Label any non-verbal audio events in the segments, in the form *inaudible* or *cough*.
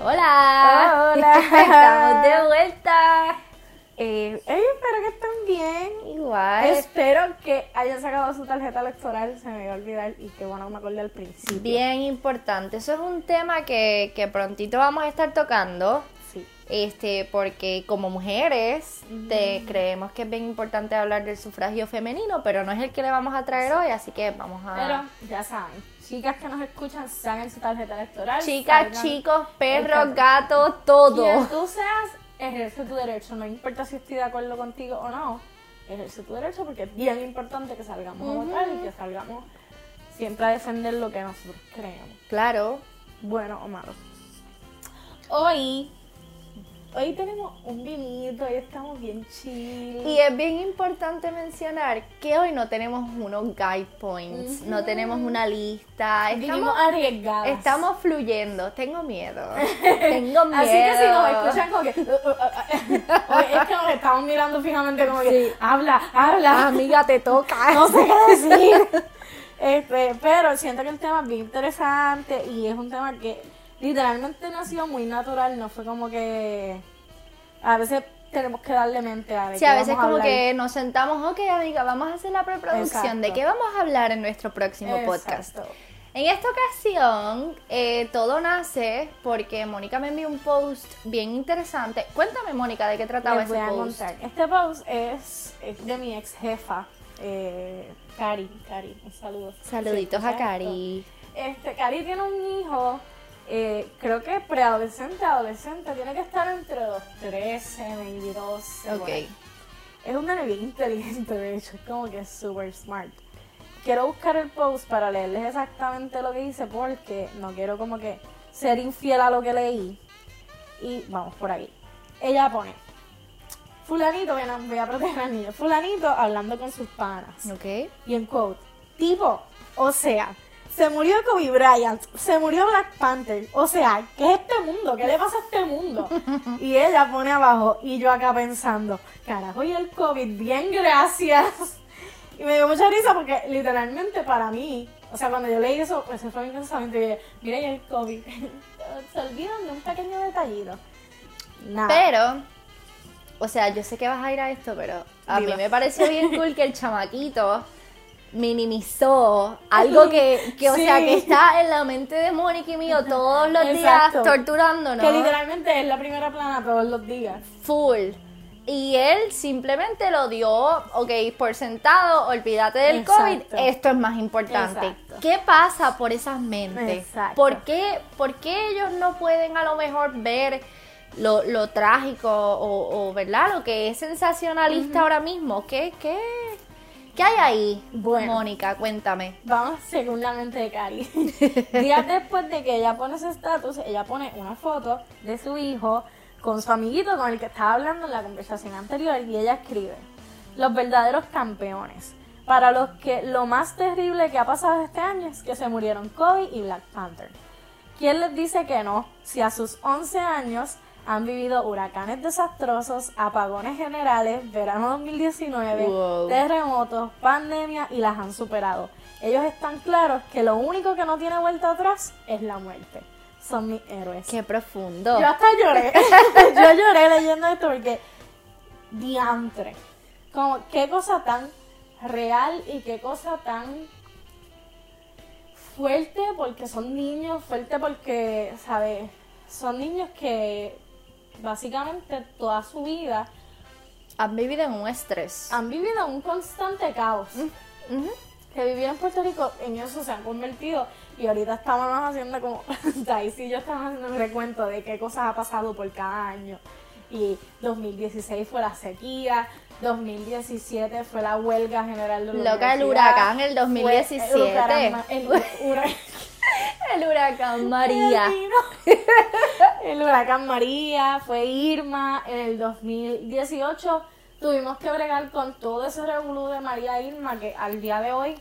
Hola. *laughs* Hola. Estamos de vuelta. Eh, eh, espero que estén bien. Igual. Espero este- que hayan sacado su tarjeta electoral, se me iba a olvidar y qué bueno que me acordé al principio. Bien importante. Eso es un tema que, que prontito vamos a estar tocando. Sí. Este, porque como mujeres te- creemos que es bien importante hablar del sufragio femenino, pero no es el que le vamos a traer hoy, así que vamos a. Pero ya saben, chicas que nos escuchan, saquen su tarjeta electoral. Chicas, salgan- chicos, perros, Exacto. gatos, todo. Quien tú seas, ejerce tu derecho. No importa si estoy de acuerdo contigo o no, ejerce tu derecho porque es bien importante que salgamos a votar y que salgamos siempre a defender lo que nosotros creemos, Claro. bueno o malo. Hoy, hoy tenemos un vinito, hoy estamos bien chill. Y es bien importante mencionar que hoy no tenemos unos guide points, no tenemos una lista, Vinimos estamos, arriesgadas. estamos fluyendo. Tengo miedo. *laughs* Tengo miedo. Así que si nos escuchan como que... uh, eh. *laughs* Oye, es que nos estamos mirando fijamente como que... Habla, habla. Amiga, te toca. *laughs* no sé qué *laughs* decir. Este, pero siento que el tema es bien interesante y es un tema que literalmente nació muy natural, no fue como que a veces tenemos que darle mente a ver Sí, qué a veces vamos como hablar. que nos sentamos, ok, amiga, vamos a hacer la preproducción. ¿De Exacto. qué vamos a hablar en nuestro próximo Exacto. podcast? En esta ocasión, eh, todo nace porque Mónica me envió un post bien interesante. Cuéntame, Mónica, de qué trataba Les voy ese a post. contar. Este post es, es de mi ex jefa, eh, Cari, Cari, un saludo. Saluditos Sí, a exacto. Cari. Este, Cari tiene un hijo, eh, creo que preadolescente, adolescente, tiene que estar entre los 13, 22. Ok. Es un nene bien inteligente, de hecho, es como que es super smart. Quiero buscar el post para leerles exactamente lo que dice porque no quiero como que ser infiel a lo que leí. Y vamos por aquí. Ella pone, fulanito, voy a- voy a proteger al niño, fulanito hablando con sus panas. Ok. Y en quote, tipo, o sea, se murió Kobe Bryant, se murió Black Panther, o sea, ¿qué es este mundo? ¿Qué le pasa a este mundo? Y ella pone abajo, y yo acá pensando, carajo, y el COVID, bien, gracias. Y me dio mucha risa porque literalmente para mí, o sea, cuando yo leí eso, ese fue mi pensamiento, y dije, mira, y el COVID, *laughs* se olvidan de un pequeño detallito. Nada. Pero, o sea, yo sé que vas a ir a esto, pero a Dilo. mí me pareció *laughs* bien cool que el chamaquito minimizó algo que, que, o sea, Sí. que está en la mente de Mónica y mío todos los Exacto. días torturándonos. que literalmente es la primera plana todos los días. Full. Y él simplemente lo dio, ok, por sentado, olvídate del Exacto. COVID, esto es más importante. Exacto. ¿Qué pasa por esas mentes? Exacto. ¿Por qué, por qué ellos no pueden a lo mejor ver lo, lo trágico o, o, ¿verdad? Lo que es sensacionalista ahora mismo. ¿Qué, qué, qué hay ahí, Bueno. Mónica? Cuéntame. Vamos *laughs* según la mente de Cari. Días después de que ella pone ese estatus, ella pone una foto de su hijo con su amiguito con el que estaba hablando en la conversación anterior y ella escribe, los verdaderos campeones, para los que lo más terrible que ha pasado este año es que se murieron Kobe y Black Panther. ¿Quién les dice que no si a sus 11 años han vivido huracanes desastrosos, apagones generales, verano 2019, Wow. terremotos, pandemia y las han superado? Ellos están claros que lo único que no tiene vuelta atrás es la muerte. Son mis héroes. Qué profundo. Yo hasta lloré. *laughs* Yo lloré leyendo esto porque diantre. Como qué cosa tan real y qué cosa tan fuerte porque son niños, fuerte porque, ¿sabes? Son niños que básicamente toda su vida Han vivido en un estrés. han vivido un constante caos. Mm, Ujú. Que vivir en Puerto Rico, en eso se han convertido. Y ahorita estábamos haciendo como. *laughs* Daisy y yo estábamos haciendo un recuento de qué cosas ha pasado por cada año. Y 2016 fue la sequía, 2017 fue la huelga general de la Loca, el universidad, huracán, el fue 2017. El huracán, ma- el huracán- El huracán María. el vino. *laughs* El huracán María, fue Irma. En el 2018 tuvimos que bregar con todo ese revolú de María e Irma, que al día de hoy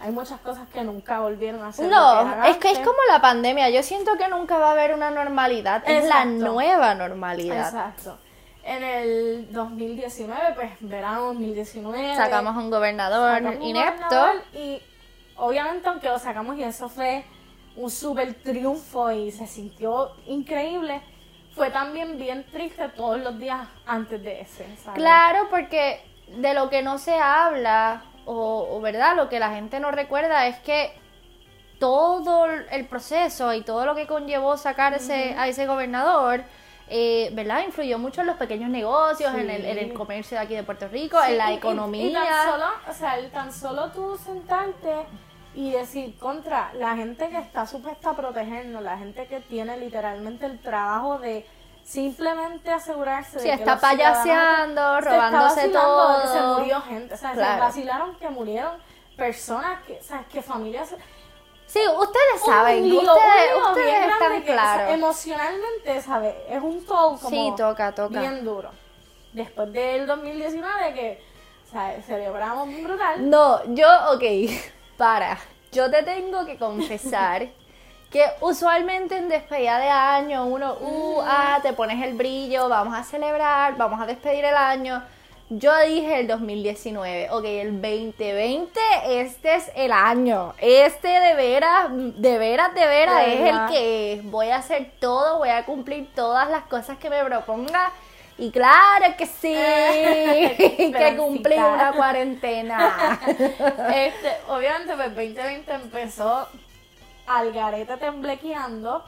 hay muchas cosas que nunca volvieron a ser. lo No, eran es que es antes. como la pandemia. Yo siento que nunca va a haber una normalidad. Es la Exacto. nueva normalidad. Exacto. En el 2019, pues verano 2019. Sacamos a un gobernador sacamos un inepto. gobernador Y obviamente, aunque lo sacamos y eso fue un súper triunfo y se sintió increíble, fue también bien triste todos los días antes de ese. ¿sabes? Claro, porque de lo que no se habla, o, o, verdad, lo que la gente no recuerda es que todo el proceso y todo lo que conllevó sacar ese, a ese gobernador, eh, ¿verdad? Influyó mucho en los pequeños negocios, Sí. en, el, en el comercio de aquí de Puerto Rico, Sí, en la y- y- economía. Y, tan solo, o sea, el tan solo tú sentarte y decir contra la gente que está supuesta a protegernos, la gente que tiene literalmente el trabajo de simplemente asegurarse Sí, de que está los ciudadanos- payaseando, se está robándose vacilando de que todo. Se murió gente, o sea, se Claro. vacilaron que murieron personas, que, o sea, que familias Sí, ustedes saben, un lío, ustedes, un lío ustedes bien grande están que, o sea, claros. emocionalmente, ¿sabes? Es un todo como Sí, toca, toca. bien duro. Después del 2019 que, ¿sabes? Celebramos muy *laughs* brutal. No, yo, ok, para. Yo te tengo que *laughs* confesar que usualmente en despedida de año uno, uh, ah, te pones el brillo, vamos a celebrar, vamos a despedir el año. Yo dije el 2019, ok, el 2020, este es el año. Este de veras, de veras, de veras De es verdad. el que es. Voy a hacer todo, voy a cumplir todas las cosas que me proponga. Y claro que sí, *laughs* *laughs* que cumplí una Esperancita. *laughs* cuarentena. Este, obviamente, pues 2020 empezó al garete temblequeando,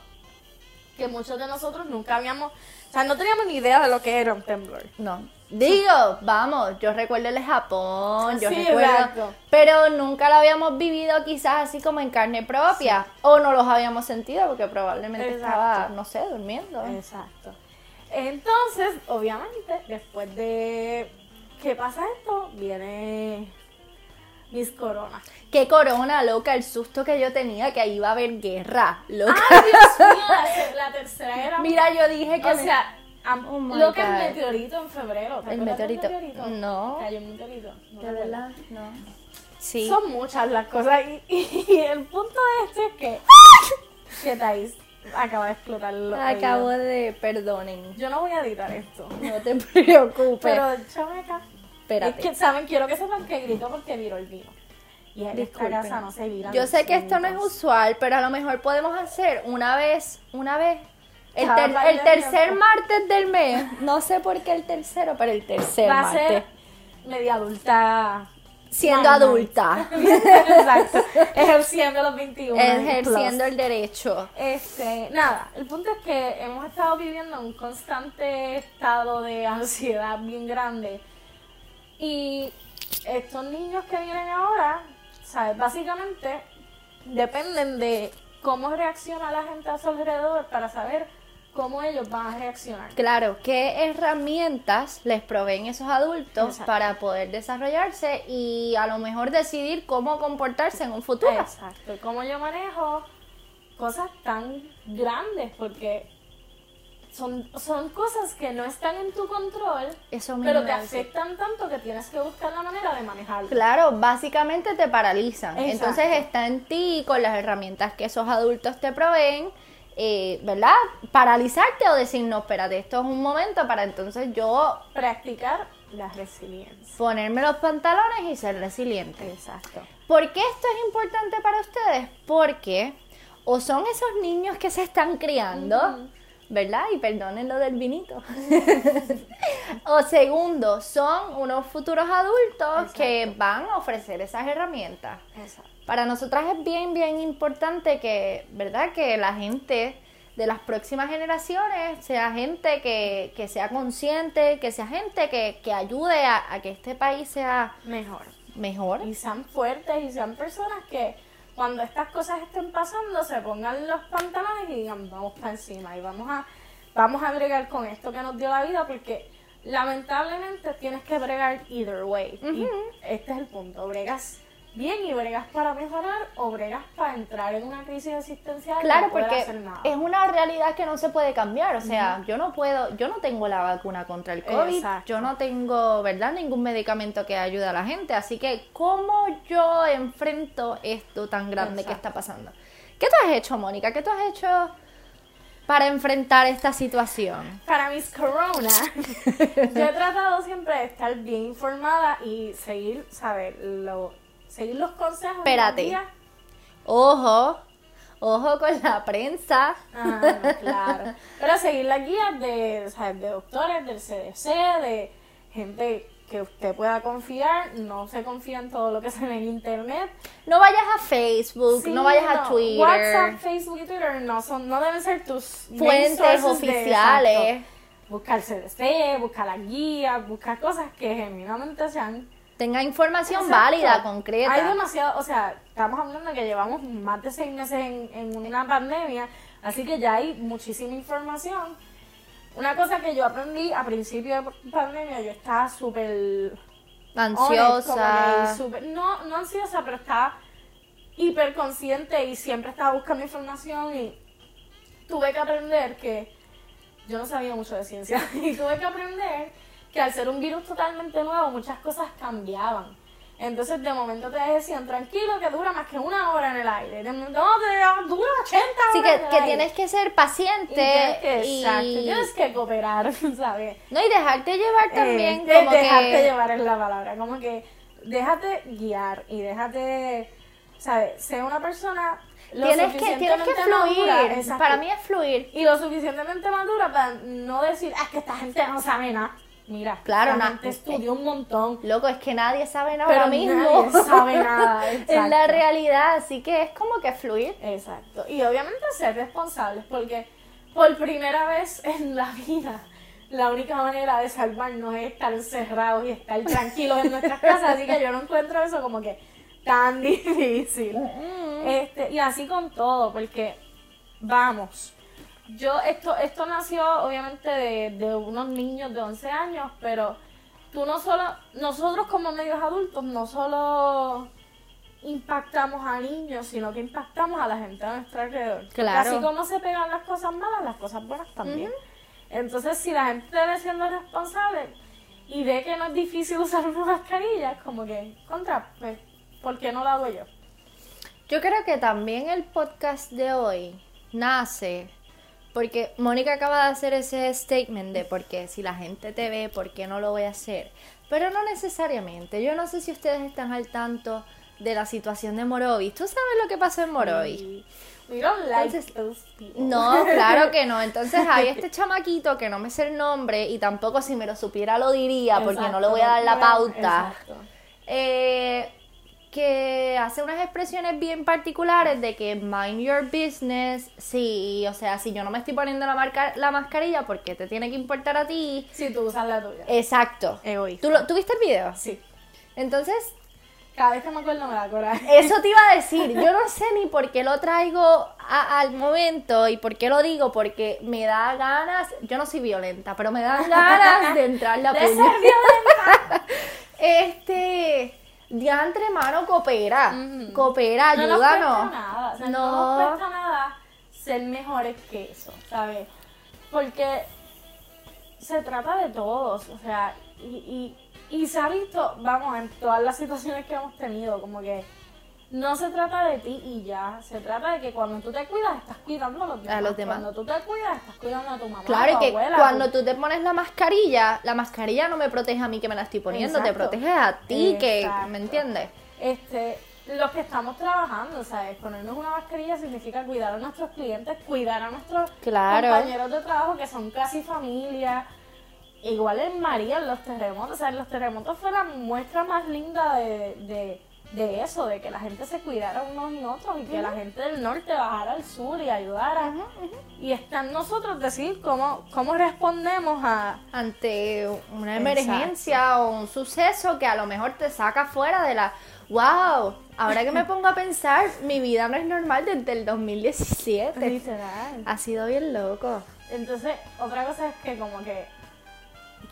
que muchos de nosotros nunca habíamos, o sea, no teníamos ni idea de lo que era un temblor. No. Digo, vamos, yo recuerdo el de Japón, yo Sí, recuerdo. exacto. Pero nunca lo habíamos vivido quizás así como en carne propia. O no los habíamos sentido porque probablemente Exacto. estaba, no sé, durmiendo. Exacto. Entonces, obviamente, después de que pasa esto, viene mis *laughs* coronas. Qué corona, loca, el susto que yo tenía que ahí iba a haber guerra, loca. ¡Ay, Dios mío! La, se- la tercera Ah, era... Mira, yo dije que o me- sea, am- Oh my lo que el God. meteorito en febrero. ¿te El acuerdas del meteorito. No. Cayó un meteorito. no de recuerdo. verdad, no. Sí. Son muchas las cosas. Y, *laughs* y- y el punto de esto es *laughs* que... que Thais acaba de explotar los Acabo oídos. de, perdonen. Yo no voy a editar esto. No te *laughs* preocupes. Pero échame acá. Espérate. Es que, ¿saben? Quiero que sepan que grito porque viró el vino. Y en esta Disculpen. casa no se vira. Yo sé que esto no es usual, pero a lo mejor podemos hacer una vez, una vez. El, Cada ter- par de el tercer tiempo. martes del mes. *laughs* No sé por qué el tercero, pero el tercer Va a martes. ser media adulta. *laughs* siendo Ay, no. *laughs* adulta. Exacto. Ejerciendo los 21. años ejerciendo plus. el derecho. Este, nada, el punto es que hemos estado viviendo un constante estado de *laughs* ansiedad bien grande. Y estos niños que vienen ahora, ¿sabes? Básicamente dependen de cómo reacciona la gente a su alrededor para saber cómo ellos van a reaccionar. Claro, ¿qué herramientas les proveen esos adultos Exacto. para poder desarrollarse y a lo mejor decidir cómo comportarse en un futuro? Exacto, y cómo yo manejo cosas tan grandes porque son, son cosas que no están en tu control, Eso mismo pero te iba a decir. afectan tanto que tienes que buscar la manera de manejarlo. Claro, básicamente te paralizan. Exacto. Entonces está en ti con las herramientas que esos adultos te proveen, eh, ¿verdad? Paralizarte o decir, no, espérate, esto es un momento para entonces yo Practicar la resiliencia. ponerme los pantalones y ser resiliente. Exacto. ¿Por qué esto es importante para ustedes? Porque o son esos niños que se están criando, ¿verdad? Y perdonen lo del vinito. *laughs* o segundo, son unos futuros adultos que van a ofrecer esas herramientas. Exacto. Para nosotras es bien, bien importante que, ¿verdad? Que la gente de las próximas generaciones sea gente que, que sea consciente, que sea gente que, que ayude a, a que este país sea Mejor. mejor. Y sean fuertes y sean personas que cuando estas cosas estén pasando se pongan los pantalones y digan vamos para encima y vamos a vamos a bregar con esto que nos dio la vida porque lamentablemente tienes que bregar either way. Y este es el punto, bregas bien y bregas para mejorar o bregas para entrar en una crisis existencial y Claro, no poder porque hacer nada. es una realidad que no se puede cambiar. O sea, yo no puedo, yo no tengo la vacuna contra el COVID, Exacto. yo no tengo, ¿verdad?, ningún medicamento que ayude a la gente. Así que, ¿cómo yo enfrento esto tan grande que Exacto. está pasando? ¿Qué tú has hecho, Mónica? ¿Qué tú has hecho para enfrentar esta situación? para mis *laughs* corona, yo he tratado siempre de estar bien informada y seguir, saber, lo, seguir los consejos. y las Espérate. guías. Ojo, Ojo con la prensa. Ah, claro. Pero seguir las guías de, o sea, de doctores, del CDC, de gente que usted pueda confiar. No se confía en todo lo que se ve en internet. No vayas a Facebook, Sí, no vayas a Twitter. WhatsApp, Facebook y Twitter no son, no deben ser tus main fuentes sources de- oficiales. exacto. busca el CDC, busca las guías, busca cosas que genuinamente sean Tenga información Exacto. válida, concreta. Hay demasiado, o sea, estamos hablando que llevamos más de seis meses en, en una pandemia, así que ya hay muchísima información. Una cosa que yo aprendí a principio de pandemia, yo estaba súper honest, como que Ansiosa. súper- no, no ansiosa, pero estaba hiperconsciente y siempre estaba buscando información y tuve que aprender que yo no sabía mucho de ciencia *laughs* y tuve que aprender que al ser un virus totalmente nuevo muchas cosas cambiaban. Entonces de momento te decían, tranquilo, que dura más que una hora en el aire. De momento, no, te- dura 80 horas. Así en que, el que aire". tienes que ser Y paciente tienes que, y- exacto, tienes que cooperar, *laughs* ¿sabes? no y dejarte llevar *laughs* Eh, también de- como dejarte que llevar es la palabra como que déjate guiar y déjate sabes sé una persona lo tienes que tienes que suficientemente madura, fluir. exacto, Para mí es fluir. y lo suficientemente madura para no decir ah es que esta gente no sabe nada mira Claro, esta na- gente estudió un montón Loco, es que nadie sabe nada Pero ahora mismo. nadie sabe *laughs* nada, es la exacto. realidad, así que es como que fluir. Exacto. Y obviamente ser responsables, porque por primera vez en la vida, la única manera de salvarnos es estar encerrados y estar tranquilos en nuestras casas. Así que yo no encuentro eso como que tan *laughs* difícil. Este, y así con todo, porque vamos. Yo, esto, esto nació obviamente de, de unos niños de 11 años, pero tú no solo, nosotros como medios adultos, no solo impactamos a niños, sino que impactamos a la gente a nuestro alrededor. Claro. Así como se pegan las cosas malas, las cosas buenas también. Entonces, si la gente debe siendo responsable y ve que no es difícil *laughs* usar una mascarilla, como que, contra, pues, ¿por qué no la hago yo? Yo creo que también el podcast de hoy nace porque Mónica acaba de hacer ese statement de porque si la gente te ve, ¿por qué no lo voy a hacer? Pero no necesariamente. Yo no sé si ustedes están al tanto de la situación de Morovis. ¿Tú sabes lo que pasó en Morovis? Y We don't like Entonces- uh, those people. No, claro que no. Entonces hay *laughs* este chamaquito que no me sé el nombre y tampoco si me lo supiera lo diría porque no le voy a dar la Exacto, pauta. exacto. eh, que hace unas expresiones bien particulares de que mind your business, sí, o sea, si yo no me estoy poniendo la, marca, la mascarilla, ¿por qué te tiene que importar a ti? Si tú usas la tuya. Exacto. Egoísta. Eh, ¿Tú, lo, ¿tú viste el video? Sí. Entonces, Cada vez que me acuerdo me da coraje. eso te iba a decir, yo no sé ni por qué lo traigo a- al momento y por qué lo digo, porque me da ganas, yo no soy violenta, pero me dan ganas de entrar la *laughs* De ser puño. violenta. Este, diantre, mano, coopera. Ujú. Coopera, No nos cuesta ayúdanos. nada, o sea, no. no. nos cuesta nada ser mejores que eso, ¿sabes? Porque se trata de todos, o sea, y, y, y se ha visto, vamos, en todas las situaciones que hemos tenido, como que no se trata de ti y ya, se trata de que cuando tú te cuidas, estás cuidando a los demás. los demás. Cuando tú te cuidas, estás cuidando a tu mamá, Claro, a y tu que abuela. cuando tú te pones la mascarilla, la mascarilla no me protege a mí que me la estoy poniendo, te Exacto. protege a ti, Exacto. que, ¿me entiendes? este, los que estamos trabajando, ¿sabes? Ponernos una mascarilla significa cuidar a nuestros clientes, cuidar a nuestros Claro. compañeros de trabajo que son casi familia. Igual en María, en los terremotos, ¿sabes? Los terremotos fue la muestra más linda de, de- de eso, de que la gente se cuidara unos y otros y que la gente del norte bajara al sur y ayudara. Y está en nosotros decir cómo, cómo respondemos a, Ante una Exacto. emergencia o un suceso que a lo mejor te saca fuera de la... ¡Wow! Ahora que me pongo a pensar, mi vida no es normal desde el 2017. literal. Ha sido bien loco. Entonces, otra cosa es que como que,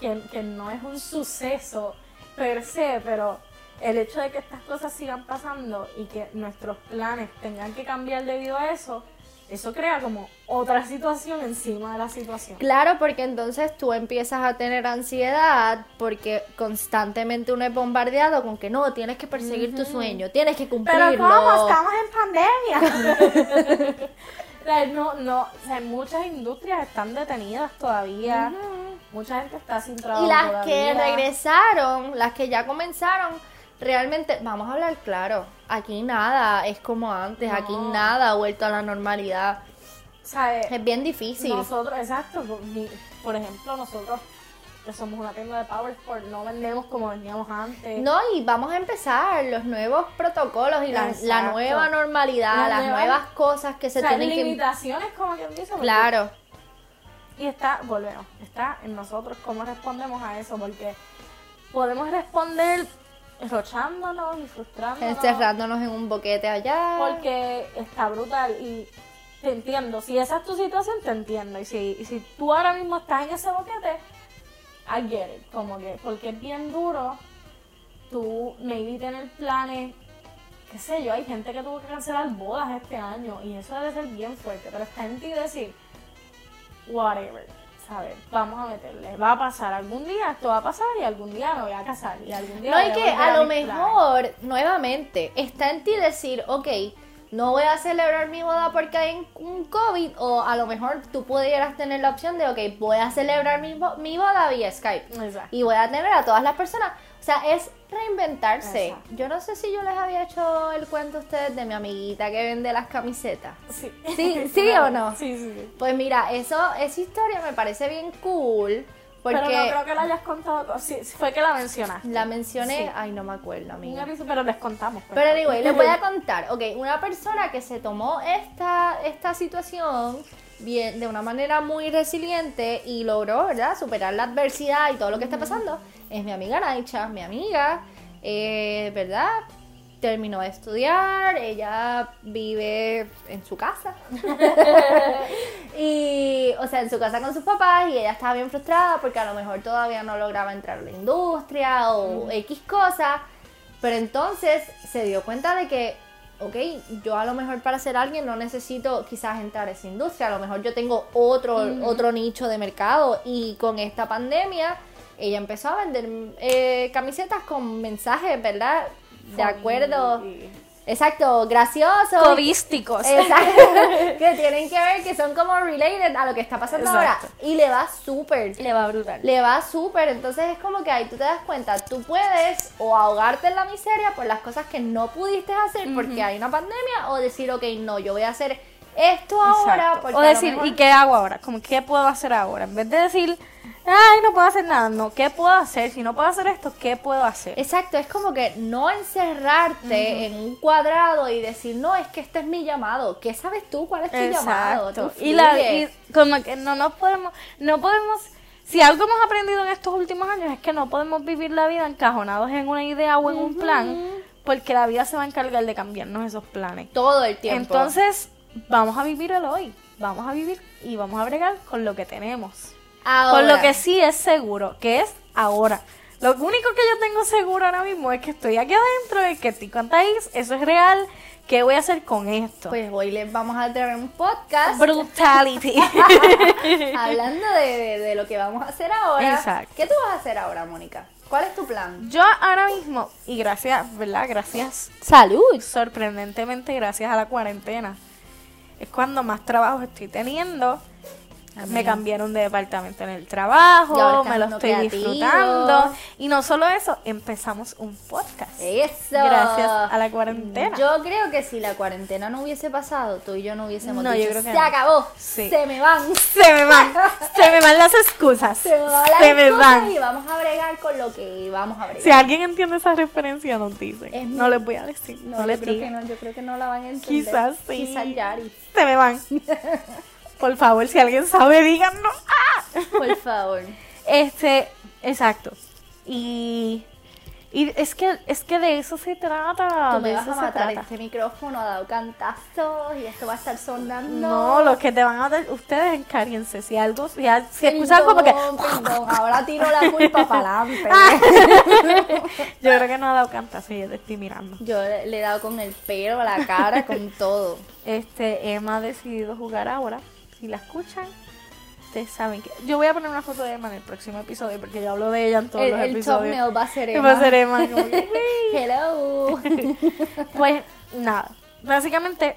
que, que no es un suceso per se, pero el hecho de que estas cosas sigan pasando y que nuestros planes tengan que cambiar debido a eso, eso crea como otra situación encima de la situación. Claro, porque entonces tú empiezas a tener ansiedad porque constantemente uno es bombardeado con que no, tienes que perseguir tu sueño, tienes que cumplirlo. Pero ¿cómo? Estamos en pandemia. *laughs* O sea, no, no, o sea, muchas industrias están detenidas todavía. Mucha gente está sin trabajo. Y las que todavía. regresaron, las que ya comenzaron, realmente, vamos a hablar claro, aquí nada es como antes, aquí No. nada ha vuelto a la normalidad. ¿Sabes? Es bien difícil. Nosotros, exacto. por- mi- Por ejemplo, nosotros que somos una tienda de PowerPoint, no vendemos como vendíamos antes. No, y vamos a empezar los nuevos protocolos y la, la Exacto. nueva normalidad, La las nueva- nuevas cosas que se o sea, tienen que... limitaciones, como quien dice. porque- Claro, Y está, volvemos, está en nosotros cómo respondemos a eso, porque podemos responder rochándonos y frustrándonos. Este encerrándonos en un boquete allá. Porque está brutal y te entiendo. Si esa es tu situación, te entiendo. Y si, y si tú ahora mismo estás en ese boquete, I get it. Como que, porque es bien duro tú maybe tener planes, qué sé yo, hay gente que tuvo que cancelar bodas este año y eso debe ser bien fuerte, pero está en ti decir, whatever. ¿sabes? Vamos a meterle. Va a pasar algún día, esto va a pasar y algún día me voy a casar. Y algún día No, voy y que volver a lo mis planes. mejor, nuevamente, está en ti decir, ok, no voy a celebrar mi boda porque hay un- un COVID, o a lo mejor tú pudieras tener la opción de, ok, voy a celebrar mi, bo- mi boda vía Skype. Exacto. Y voy a tener a todas las personas. O sea, es reinventarse. Exacto. Yo no sé si yo les había hecho el cuento a ustedes de mi amiguita que vende las camisetas. Sí. *laughs* Sí, sí o no. Sí, sí, sí. Pues mira, eso, esa historia me parece bien cool. Porque Pero no creo que la hayas contado. Sí, sí, fue que la mencionaste. la mencioné. Sí. Ay, no me acuerdo, Un amiga. episodio, pero les contamos. pues. Pero anyway, les voy *laughs* a contar. Ok, una persona que se tomó esta, esta situación bien, de una manera muy resiliente y logró, ¿verdad?, superar la adversidad y todo lo que está pasando, es mi amiga Naicha, mi amiga, eh, ¿verdad? Terminó de estudiar, ella vive en su casa. y, o sea, en su casa con sus papás y ella estaba bien frustrada porque a lo mejor todavía no lograba entrar a la industria o X cosa. Pero entonces se dio cuenta de que, ok, yo a lo mejor para ser alguien no necesito quizás entrar a esa industria, a lo mejor yo tengo otro, otro nicho de mercado y con esta pandemia ella empezó a vender eh, camisetas con mensajes, ¿verdad? De acuerdo. Y- Exacto, gracioso. Covísticos. Exacto. *laughs* que tienen que ver, que son como related a lo que está pasando ahora. Exacto. Y le va súper. Le va a brutal. Le va súper. Entonces es como que ahí tú te das cuenta, tú puedes o ahogarte en la miseria por las cosas que no pudiste hacer porque hay una pandemia o decir, ok, no, yo voy a hacer esto ahora. Exacto. Porque O a lo decir, mejor- ¿y qué hago ahora? Como, ¿qué puedo hacer ahora? En vez de decir, ay, no puedo hacer nada. No, ¿qué puedo hacer? Si no puedo hacer esto, ¿qué puedo hacer? Exacto, es como que no encerrarte en un cuadrado y decir, no, es que este es mi llamado. ¿Qué sabes tú cuál es tu Este llamado? Tú Y, la, y fluyes. como que no nos podemos, no podemos, si algo hemos aprendido en estos últimos años es que no podemos vivir la vida encajonados en una idea o en un plan, porque la vida se va a encargar de cambiarnos esos planes. todo el tiempo. Entonces, vamos a vivir el hoy, vamos a vivir y vamos a bregar con lo que tenemos. ahora, Con lo que sí es seguro, que es ahora. Lo único que yo tengo seguro ahora mismo es que estoy aquí adentro, es que estoy con Thaís, eso es real, ¿qué voy a hacer con esto? pues hoy les vamos a tener un *laughs* podcast *laughs* Brutality. hablando de, de- de lo que vamos a hacer ahora. Exacto. ¿Qué tú vas a hacer ahora, Mónica? ¿Cuál es tu plan? Yo ahora mismo, y gracias, ¿verdad? Gracias, Salud. sorprendentemente gracias a la cuarentena, es cuando más trabajo estoy teniendo. Me cambiaron de departamento en el Y ahora trabajo, estás me lo uno estoy creativo. disfrutando. Y no solo eso, empezamos un podcast. Eso. Gracias a la cuarentena. Yo creo que si la cuarentena no hubiese pasado, tú y yo no hubiésemos No, yo dicho, creo que se no". acabó, Sí. se me van. *laughs* Se me van, se me van las excusas. Se me, van las Se me cosas van. y vamos a bregar con lo que vamos a bregar. Si alguien entiende esa referencia, nos dicen. Es mi- No les voy a decir. No, no, yo les creo digo. que no, yo creo que no la van a entender. Quizás sí. Quizás Yari. Se *laughs* me van. Por favor, si alguien sabe, díganos. ¡Ah! Por favor. *laughs* Este, exacto. Y, y es que es que de eso se trata. Tú me de vas eso a se matar. trata. Este micrófono ha dado cantazos y esto va a estar sonando. No, los que te van a dar, ustedes encárguense. Si algo, si, al- si Perdón, escuchan *laughs* como que. perdón, ahora tiro la culpa Ah. para adelante. *laughs* Yo creo que no ha dado cantazo, yo te estoy mirando. Yo le le he dado con el pelo, la cara, con todo. Este, Emma ha decidido jugar ahora. Si la escuchan, ustedes saben que. Yo voy a poner una foto de Emma en el próximo episodio porque yo hablo de ella en todos El, los el episodios. thumbnail va a ser Va a Emma. ser Emma, como *laughs* que, "Uy". Hello. Pues nada, básicamente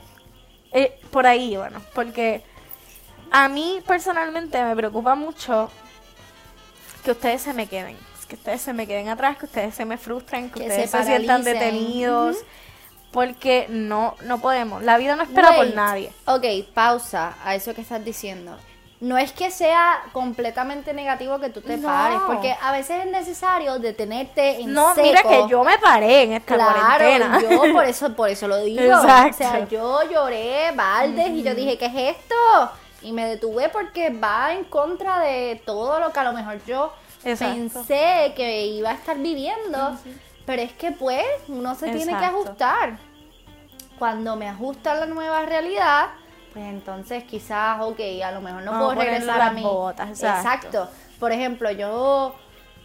eh, por ahí, bueno, porque a mí personalmente me preocupa mucho que ustedes se me queden, que ustedes se me queden atrás, que ustedes se me frustren, que, Que ustedes se se, sientan paralicen. detenidos. Porque no, no podemos. La vida no espera Wait. por nadie. Ok, pausa a eso que estás diciendo. No es que sea completamente negativo que tú te No. pares, porque a veces es necesario detenerte en No, seco. mira que yo me paré en esta cuarentena. Claro, yo por eso, por eso lo digo. Exacto. O sea, yo lloré baldes y yo dije, ¿qué es esto? Y me detuve porque va en contra de todo lo que a lo mejor yo Exacto. pensé que iba a estar viviendo. Pero es que pues uno se tiene que Exacto. ajustar. Cuando me ajusta a la nueva realidad, pues entonces quizás, ok, a lo mejor no Vamos puedo a ponerle regresar a las mi... botas, exacto. Exacto. Por ejemplo, yo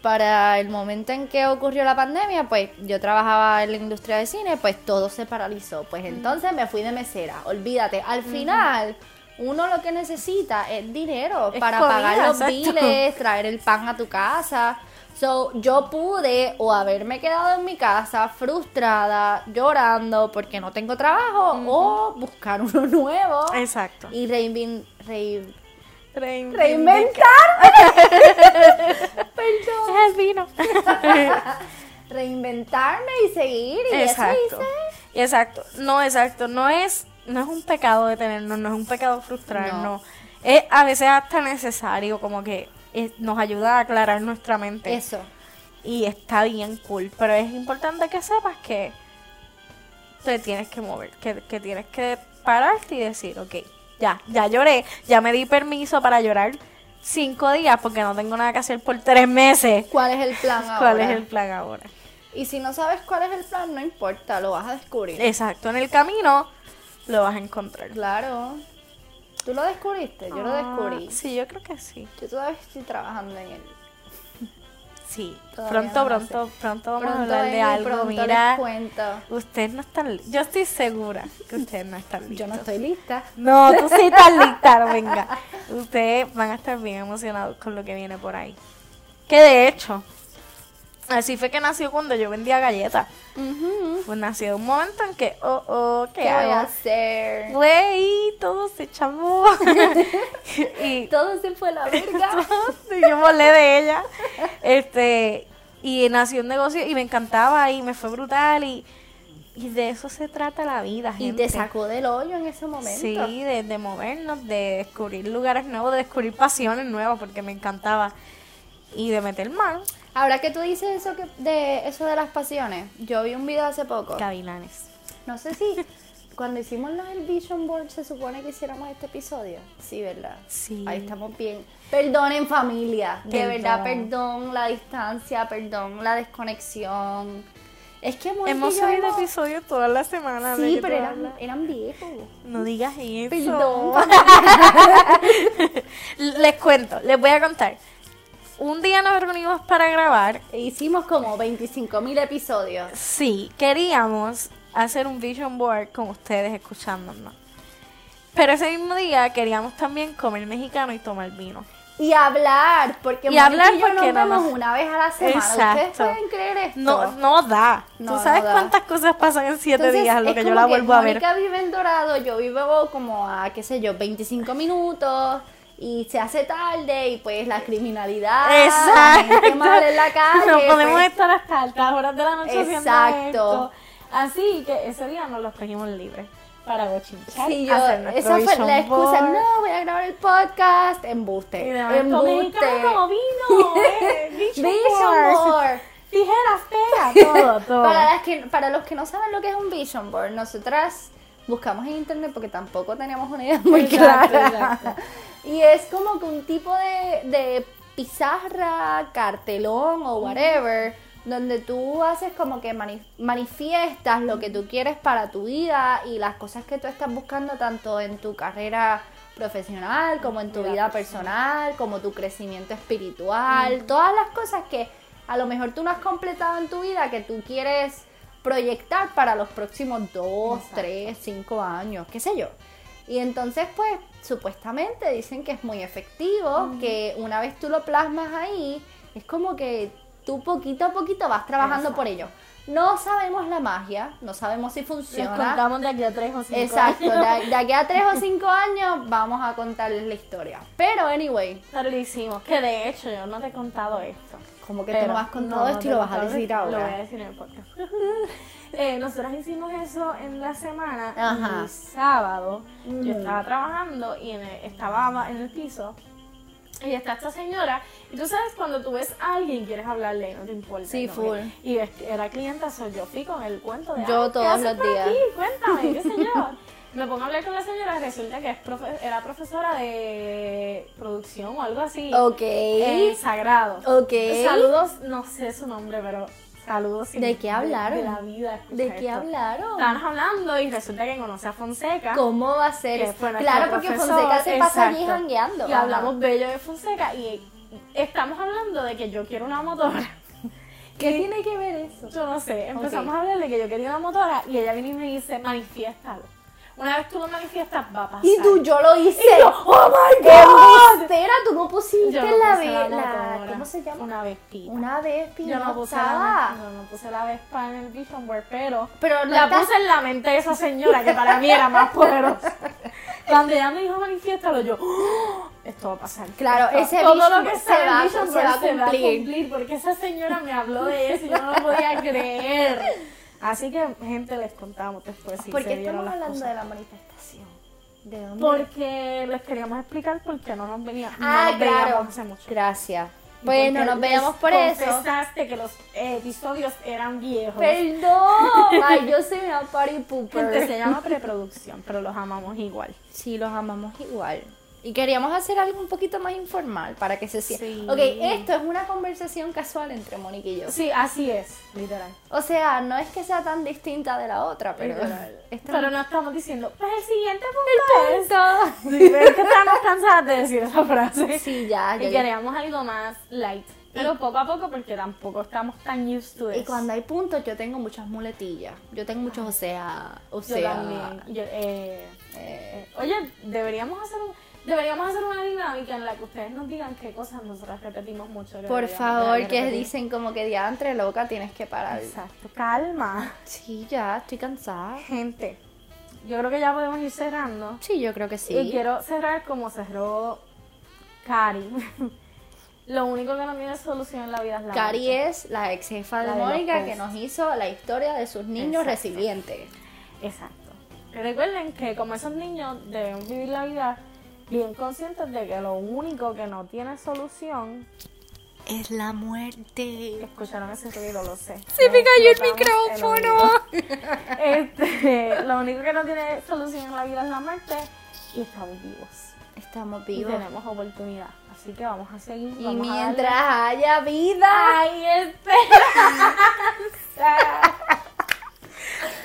para el momento en que ocurrió la pandemia, pues yo trabajaba en la industria de cine, pues todo se paralizó. Pues entonces me fui de mesera. Olvídate, al final uno lo que necesita es dinero Es para comida, pagar los exacto. biles, traer el pan a tu casa. So, yo pude o haberme quedado en mi casa frustrada, llorando porque no tengo trabajo o buscar uno nuevo *laughs* Exacto. y reinvin- rein- Rein- reinventarme. *laughs* Perdón. Es el vino. reinventarme y seguir y eso Exacto. hice. Exacto. No, exacto. No es, no es un pecado detenernos, no es un pecado No. frustrarnos. Es a veces hasta necesario, como que es- nos ayuda a aclarar nuestra mente. Eso. Y está bien cool. Pero es importante que sepas que te tienes que mover, que, que tienes que pararte y decir, ok, ya, ya lloré, ya me di permiso para llorar cinco días porque no tengo nada que hacer por tres meses. ¿Cuál es el plan ahora? *laughs* ¿Cuál es el plan ahora? Y si no sabes cuál es el plan, no importa, lo vas a descubrir. Exacto, en el camino lo vas a encontrar. Claro. Tú lo descubriste, yo lo descubrí. Ah, Sí, yo creo que sí. Yo todavía estoy trabajando en él. Sí. Todavía pronto, no lo sé. pronto, pronto vamos Pronto a hablar de vengo y algo. pronto les Mira, cuento. ustedes no están. li- Yo estoy segura que ustedes no están *laughs* listos. Yo no estoy lista. No, tú *laughs* sí estás lista, no, venga. Ustedes van a estar bien emocionados con lo que viene por ahí. Que de hecho, así fue que nació cuando yo vendía galletas. Pues nació un momento en que, oh, oh, ¿qué, ¿Qué voy a hago? hacer? Güey, todo se chamó. *laughs* y Todo se fue a la *laughs* verga. Sí, yo volé de ella. Este, y nació un negocio y me encantaba y me fue brutal y, y de eso se trata la vida, y gente. te sacó del hoyo en ese momento. Sí, de, de movernos, de descubrir lugares nuevos, de descubrir pasiones nuevas porque me encantaba y de meter mano. Ahora que tú dices eso que de eso de las pasiones, yo vi un video hace poco. Gavilanes. No sé si cuando hicimos los el Vision Board se supone que hiciéramos este episodio. Sí, ¿verdad? Sí. Ahí estamos bien. Perdonen familia, de Perdón. verdad, perdón la distancia, perdón la desconexión. Es que amor, que Hemos yo subido amo- episodios todas las semanas. de Sí, que pero tú eran, hablas. eran viejos. No digas eso. Perdón. *laughs* Les cuento, les voy a contar. Un día nos reunimos para grabar E Hicimos como 25 mil episodios. Sí, queríamos hacer un vision board con ustedes escuchándonos. Pero ese mismo día queríamos también comer mexicano y tomar vino. Y hablar, porque Y Mónica hablar yo porque no nos vemos nos- una vez a la semana. ¿Ustedes Exacto. pueden creer esto? No, no da. No, Tú sabes no da. cuántas cosas pasan en siete días, lo es que yo como la vuelvo a ver. Mónica vive en Dorado, yo vivo como a, qué sé yo, 25 minutos y se hace tarde y pues la criminalidad, *laughs* Exacto. la gente mala en *laughs* la calle. no podemos pues, estar hasta altas horas de la noche Exacto. haciendo esto. Así que ese día nos los cogimos libres para bochinchar. sí, yo, hacer nuestro esa fue vision la excusa, board. no, voy a grabar el podcast, embuste, Y de momento, embuste. *laughs* mexicano, vino, eh, vision Vision board. board. Tijeras, *laughs* pega, todo, todo. Para, las que, para los que no saben lo que es un vision board, nosotras buscamos en internet porque tampoco teníamos una idea *laughs* muy Exacto, clara. exacto. Y es como que un tipo de, de pizarra, cartelón o whatever, donde tú haces como que mani- manifiestas lo que tú quieres para tu vida y las cosas que tú estás buscando tanto en tu carrera profesional como en tu Vida vida personal, como tu crecimiento espiritual, todas las cosas que a lo mejor tú no has completado en tu vida que tú quieres proyectar para los próximos dos, tres, cinco años, qué sé yo. Y entonces, pues, supuestamente dicen que es muy efectivo, que una vez tú lo plasmas ahí, es como que tú poquito a poquito vas trabajando por ello. No sabemos la magia, no sabemos si Les funciona. contamos de aquí a tres o cinco Exacto, años. de, de aquí a tres o cinco años vamos a contarles la historia. Pero, anyway, Pero lo hicimos. Que de hecho yo no te he contado esto. Como que Pero tú no has contado no, esto y te lo vas a contaba, decir Lo voy a ahora. decir en el podcast. *laughs* Eh, nosotras hicimos eso en la semana Ajá. y sábado yo Mm. estaba trabajando y en el- estaba en el piso y está esta señora y tú sabes cuando tú ves a alguien quieres hablarle y no te importa. Sí, ¿no? full. Y es- era clienta, soy yo fui con el cuento de Yo "Ay, ¿qué todos haces los por días". aquí? Cuéntame, qué sé *laughs* yo. Me pongo a hablar con la señora, resulta que es profe- era profesora de producción o algo así. Ok. Eh, sagrado. Ok. Eh, Saludos, no sé su nombre, pero saludos. sí. ¿De qué hablaron? De, la vida. escucha ¿De qué esto. hablaron? Estaban hablando y resulta que conoce a Fonseca. ¿Cómo va a ser? que eso? fue nuestro Claro, porque profesor, Fonseca se pasa allí exacto. jangueando. Y Ajá. hablamos bello de Fonseca y estamos hablando de que yo quiero una motora. *laughs* ¿Qué tiene que ver eso? Yo no sé, empezamos Ok. a hablar de que yo quería una motora y ella viene y me dice, manifiéstalo. Una vez tú lo manifiestas, va a pasar. Y tú, yo lo hice. Y yo, ¡oh my God! Espera, tú no pusiste Yo no la, puse ve- la- motora. ¿Cómo se llama? Una vespita. Una vez Yo no puse la, yo no puse la Vespa en el Vision Board, pero Pero no la estás- puse en la mente de esa señora que para mí era más poderosa. *laughs* Cuando ella me dijo manifiéstalo, yo, ¡oh! esto va a pasar. Claro, Esto- ese todo vision lo que se está en el va- vision se board va a cumplir. porque esa señora me habló de eso y yo no lo podía creer. Así que, gente, les contamos después si ¿Por se qué dieron estamos las hablando cosas. de la manifestación? ¿De dónde? Porque les queríamos explicar por qué no nos, venía, no ah, nos veíamos claro. hace mucho. Gracias. Y Bueno, porque nos veíamos les por eso. Confesaste que los episodios eran viejos. Pues, Perdón. Ay, yo soy una party Gente, se pooper. llama preproducción, pero los amamos igual. Sí, los amamos igual. Y queríamos hacer algo un poquito más informal para que se sienta. Sí. Ok, esto es una conversación casual entre Mónica y yo. Sí, así es, literal. O sea, no es que sea tan distinta de la otra, pero. Literal. Esta- Pero no estamos diciendo, pues el siguiente punto es... Punto. Sí, pero es que estamos cansadas de decir esa frase. Sí, ya, ya, Y ya. queríamos algo más light. Pero poco a poco, porque tampoco estamos tan used to it. Y cuando hay puntos, yo tengo muchas muletillas. Yo tengo muchos, o sea, o Yo sea. también. yo, eh, eh, eh, oye, deberíamos hacer, un- deberíamos hacer una dinámica en la que ustedes nos digan qué cosas nosotras repetimos mucho. que por deberíamos favor, dejar de que repetir. dicen como que diantre loca, tienes que parar. Exacto, calma. Sí, ya, estoy cansada. Gente, yo creo que ya podemos ir cerrando. Sí, yo creo que sí. Y quiero cerrar como cerró Cari. *laughs* Lo único que no tiene solución en la vida es la Cari muerte. es la ex jefa de La de los Mónica que posts. nos hizo la historia de sus niños Exacto. resilientes. Exacto. Recuerden que como esos niños deben vivir la vida bien conscientes de que lo único que no tiene solución... Es la muerte. Escucharon ese ruido, lo sé. Se me Nos cayó el explotamos el micrófono. oído. Este, *laughs* lo único que no tiene solución en la vida es la muerte y estamos vivos. Estamos y vivos. tenemos oportunidad. Así que vamos a seguir. Y vamos a darle. Ah, mientras haya vida. ¡Ay, esperanza!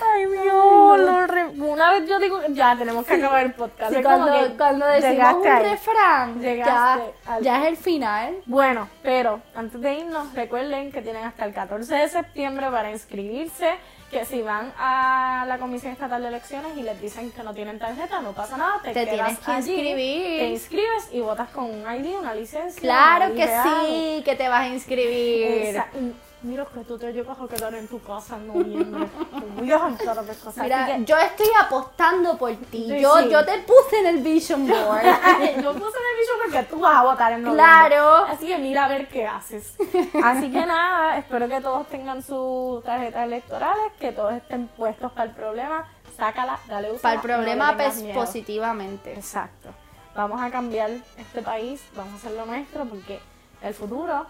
¡Ay, Dios! lo re- Una vez yo digo, ya tenemos que acabar el podcast. Sí, Es como cuando, que cuando decimos un llegaste ahí. refrán, ya, Llegaste al- ya es el final. Bueno, pero antes de irnos, recuerden que tienen hasta el 14 de septiembre para inscribirse, que si van a la Comisión Estatal de Elecciones y les dicen que no tienen tarjeta, no pasa nada, te, Te quedas tienes que allí, inscribir. Te inscribes y votas con un ID, una licencia. Claro un que ID real. sí, que te vas a inscribir. Esa- y Mira, que tú te llevas a quedar en tu casa en noviembre. Te Pues voy a jantar a pescar. Mira, *laughs* Así yo estoy apostando por ti. Sí, yo, sí. yo te puse en el vision *laughs* board. que- eh, yo puse en el bicho porque tú vas a votar en noviembre. Claro. Así que mira a ver qué *laughs* haces. Así que nada, espero que todos tengan sus tarjetas electorales, que todos estén puestos para el problema. Sácala, dale uso. Para el problema pues, positivo. positivamente. Exacto. Vamos a cambiar este país, vamos a hacer lo nuestro porque el futuro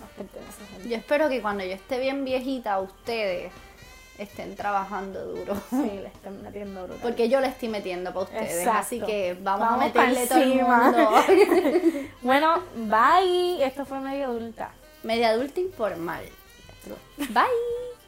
nos pertenece. *laughs* gente. Yo espero que cuando yo esté bien viejita, ustedes estén trabajando duro. *laughs* Sí, le están metiendo brutal. Porque yo le estoy metiendo para ustedes. Exacto. Así que vamos, Vamos a meterle todo el pa' mundo. *laughs* Bueno, bye. Esto fue medio adulta. Media adulta informal. Bye.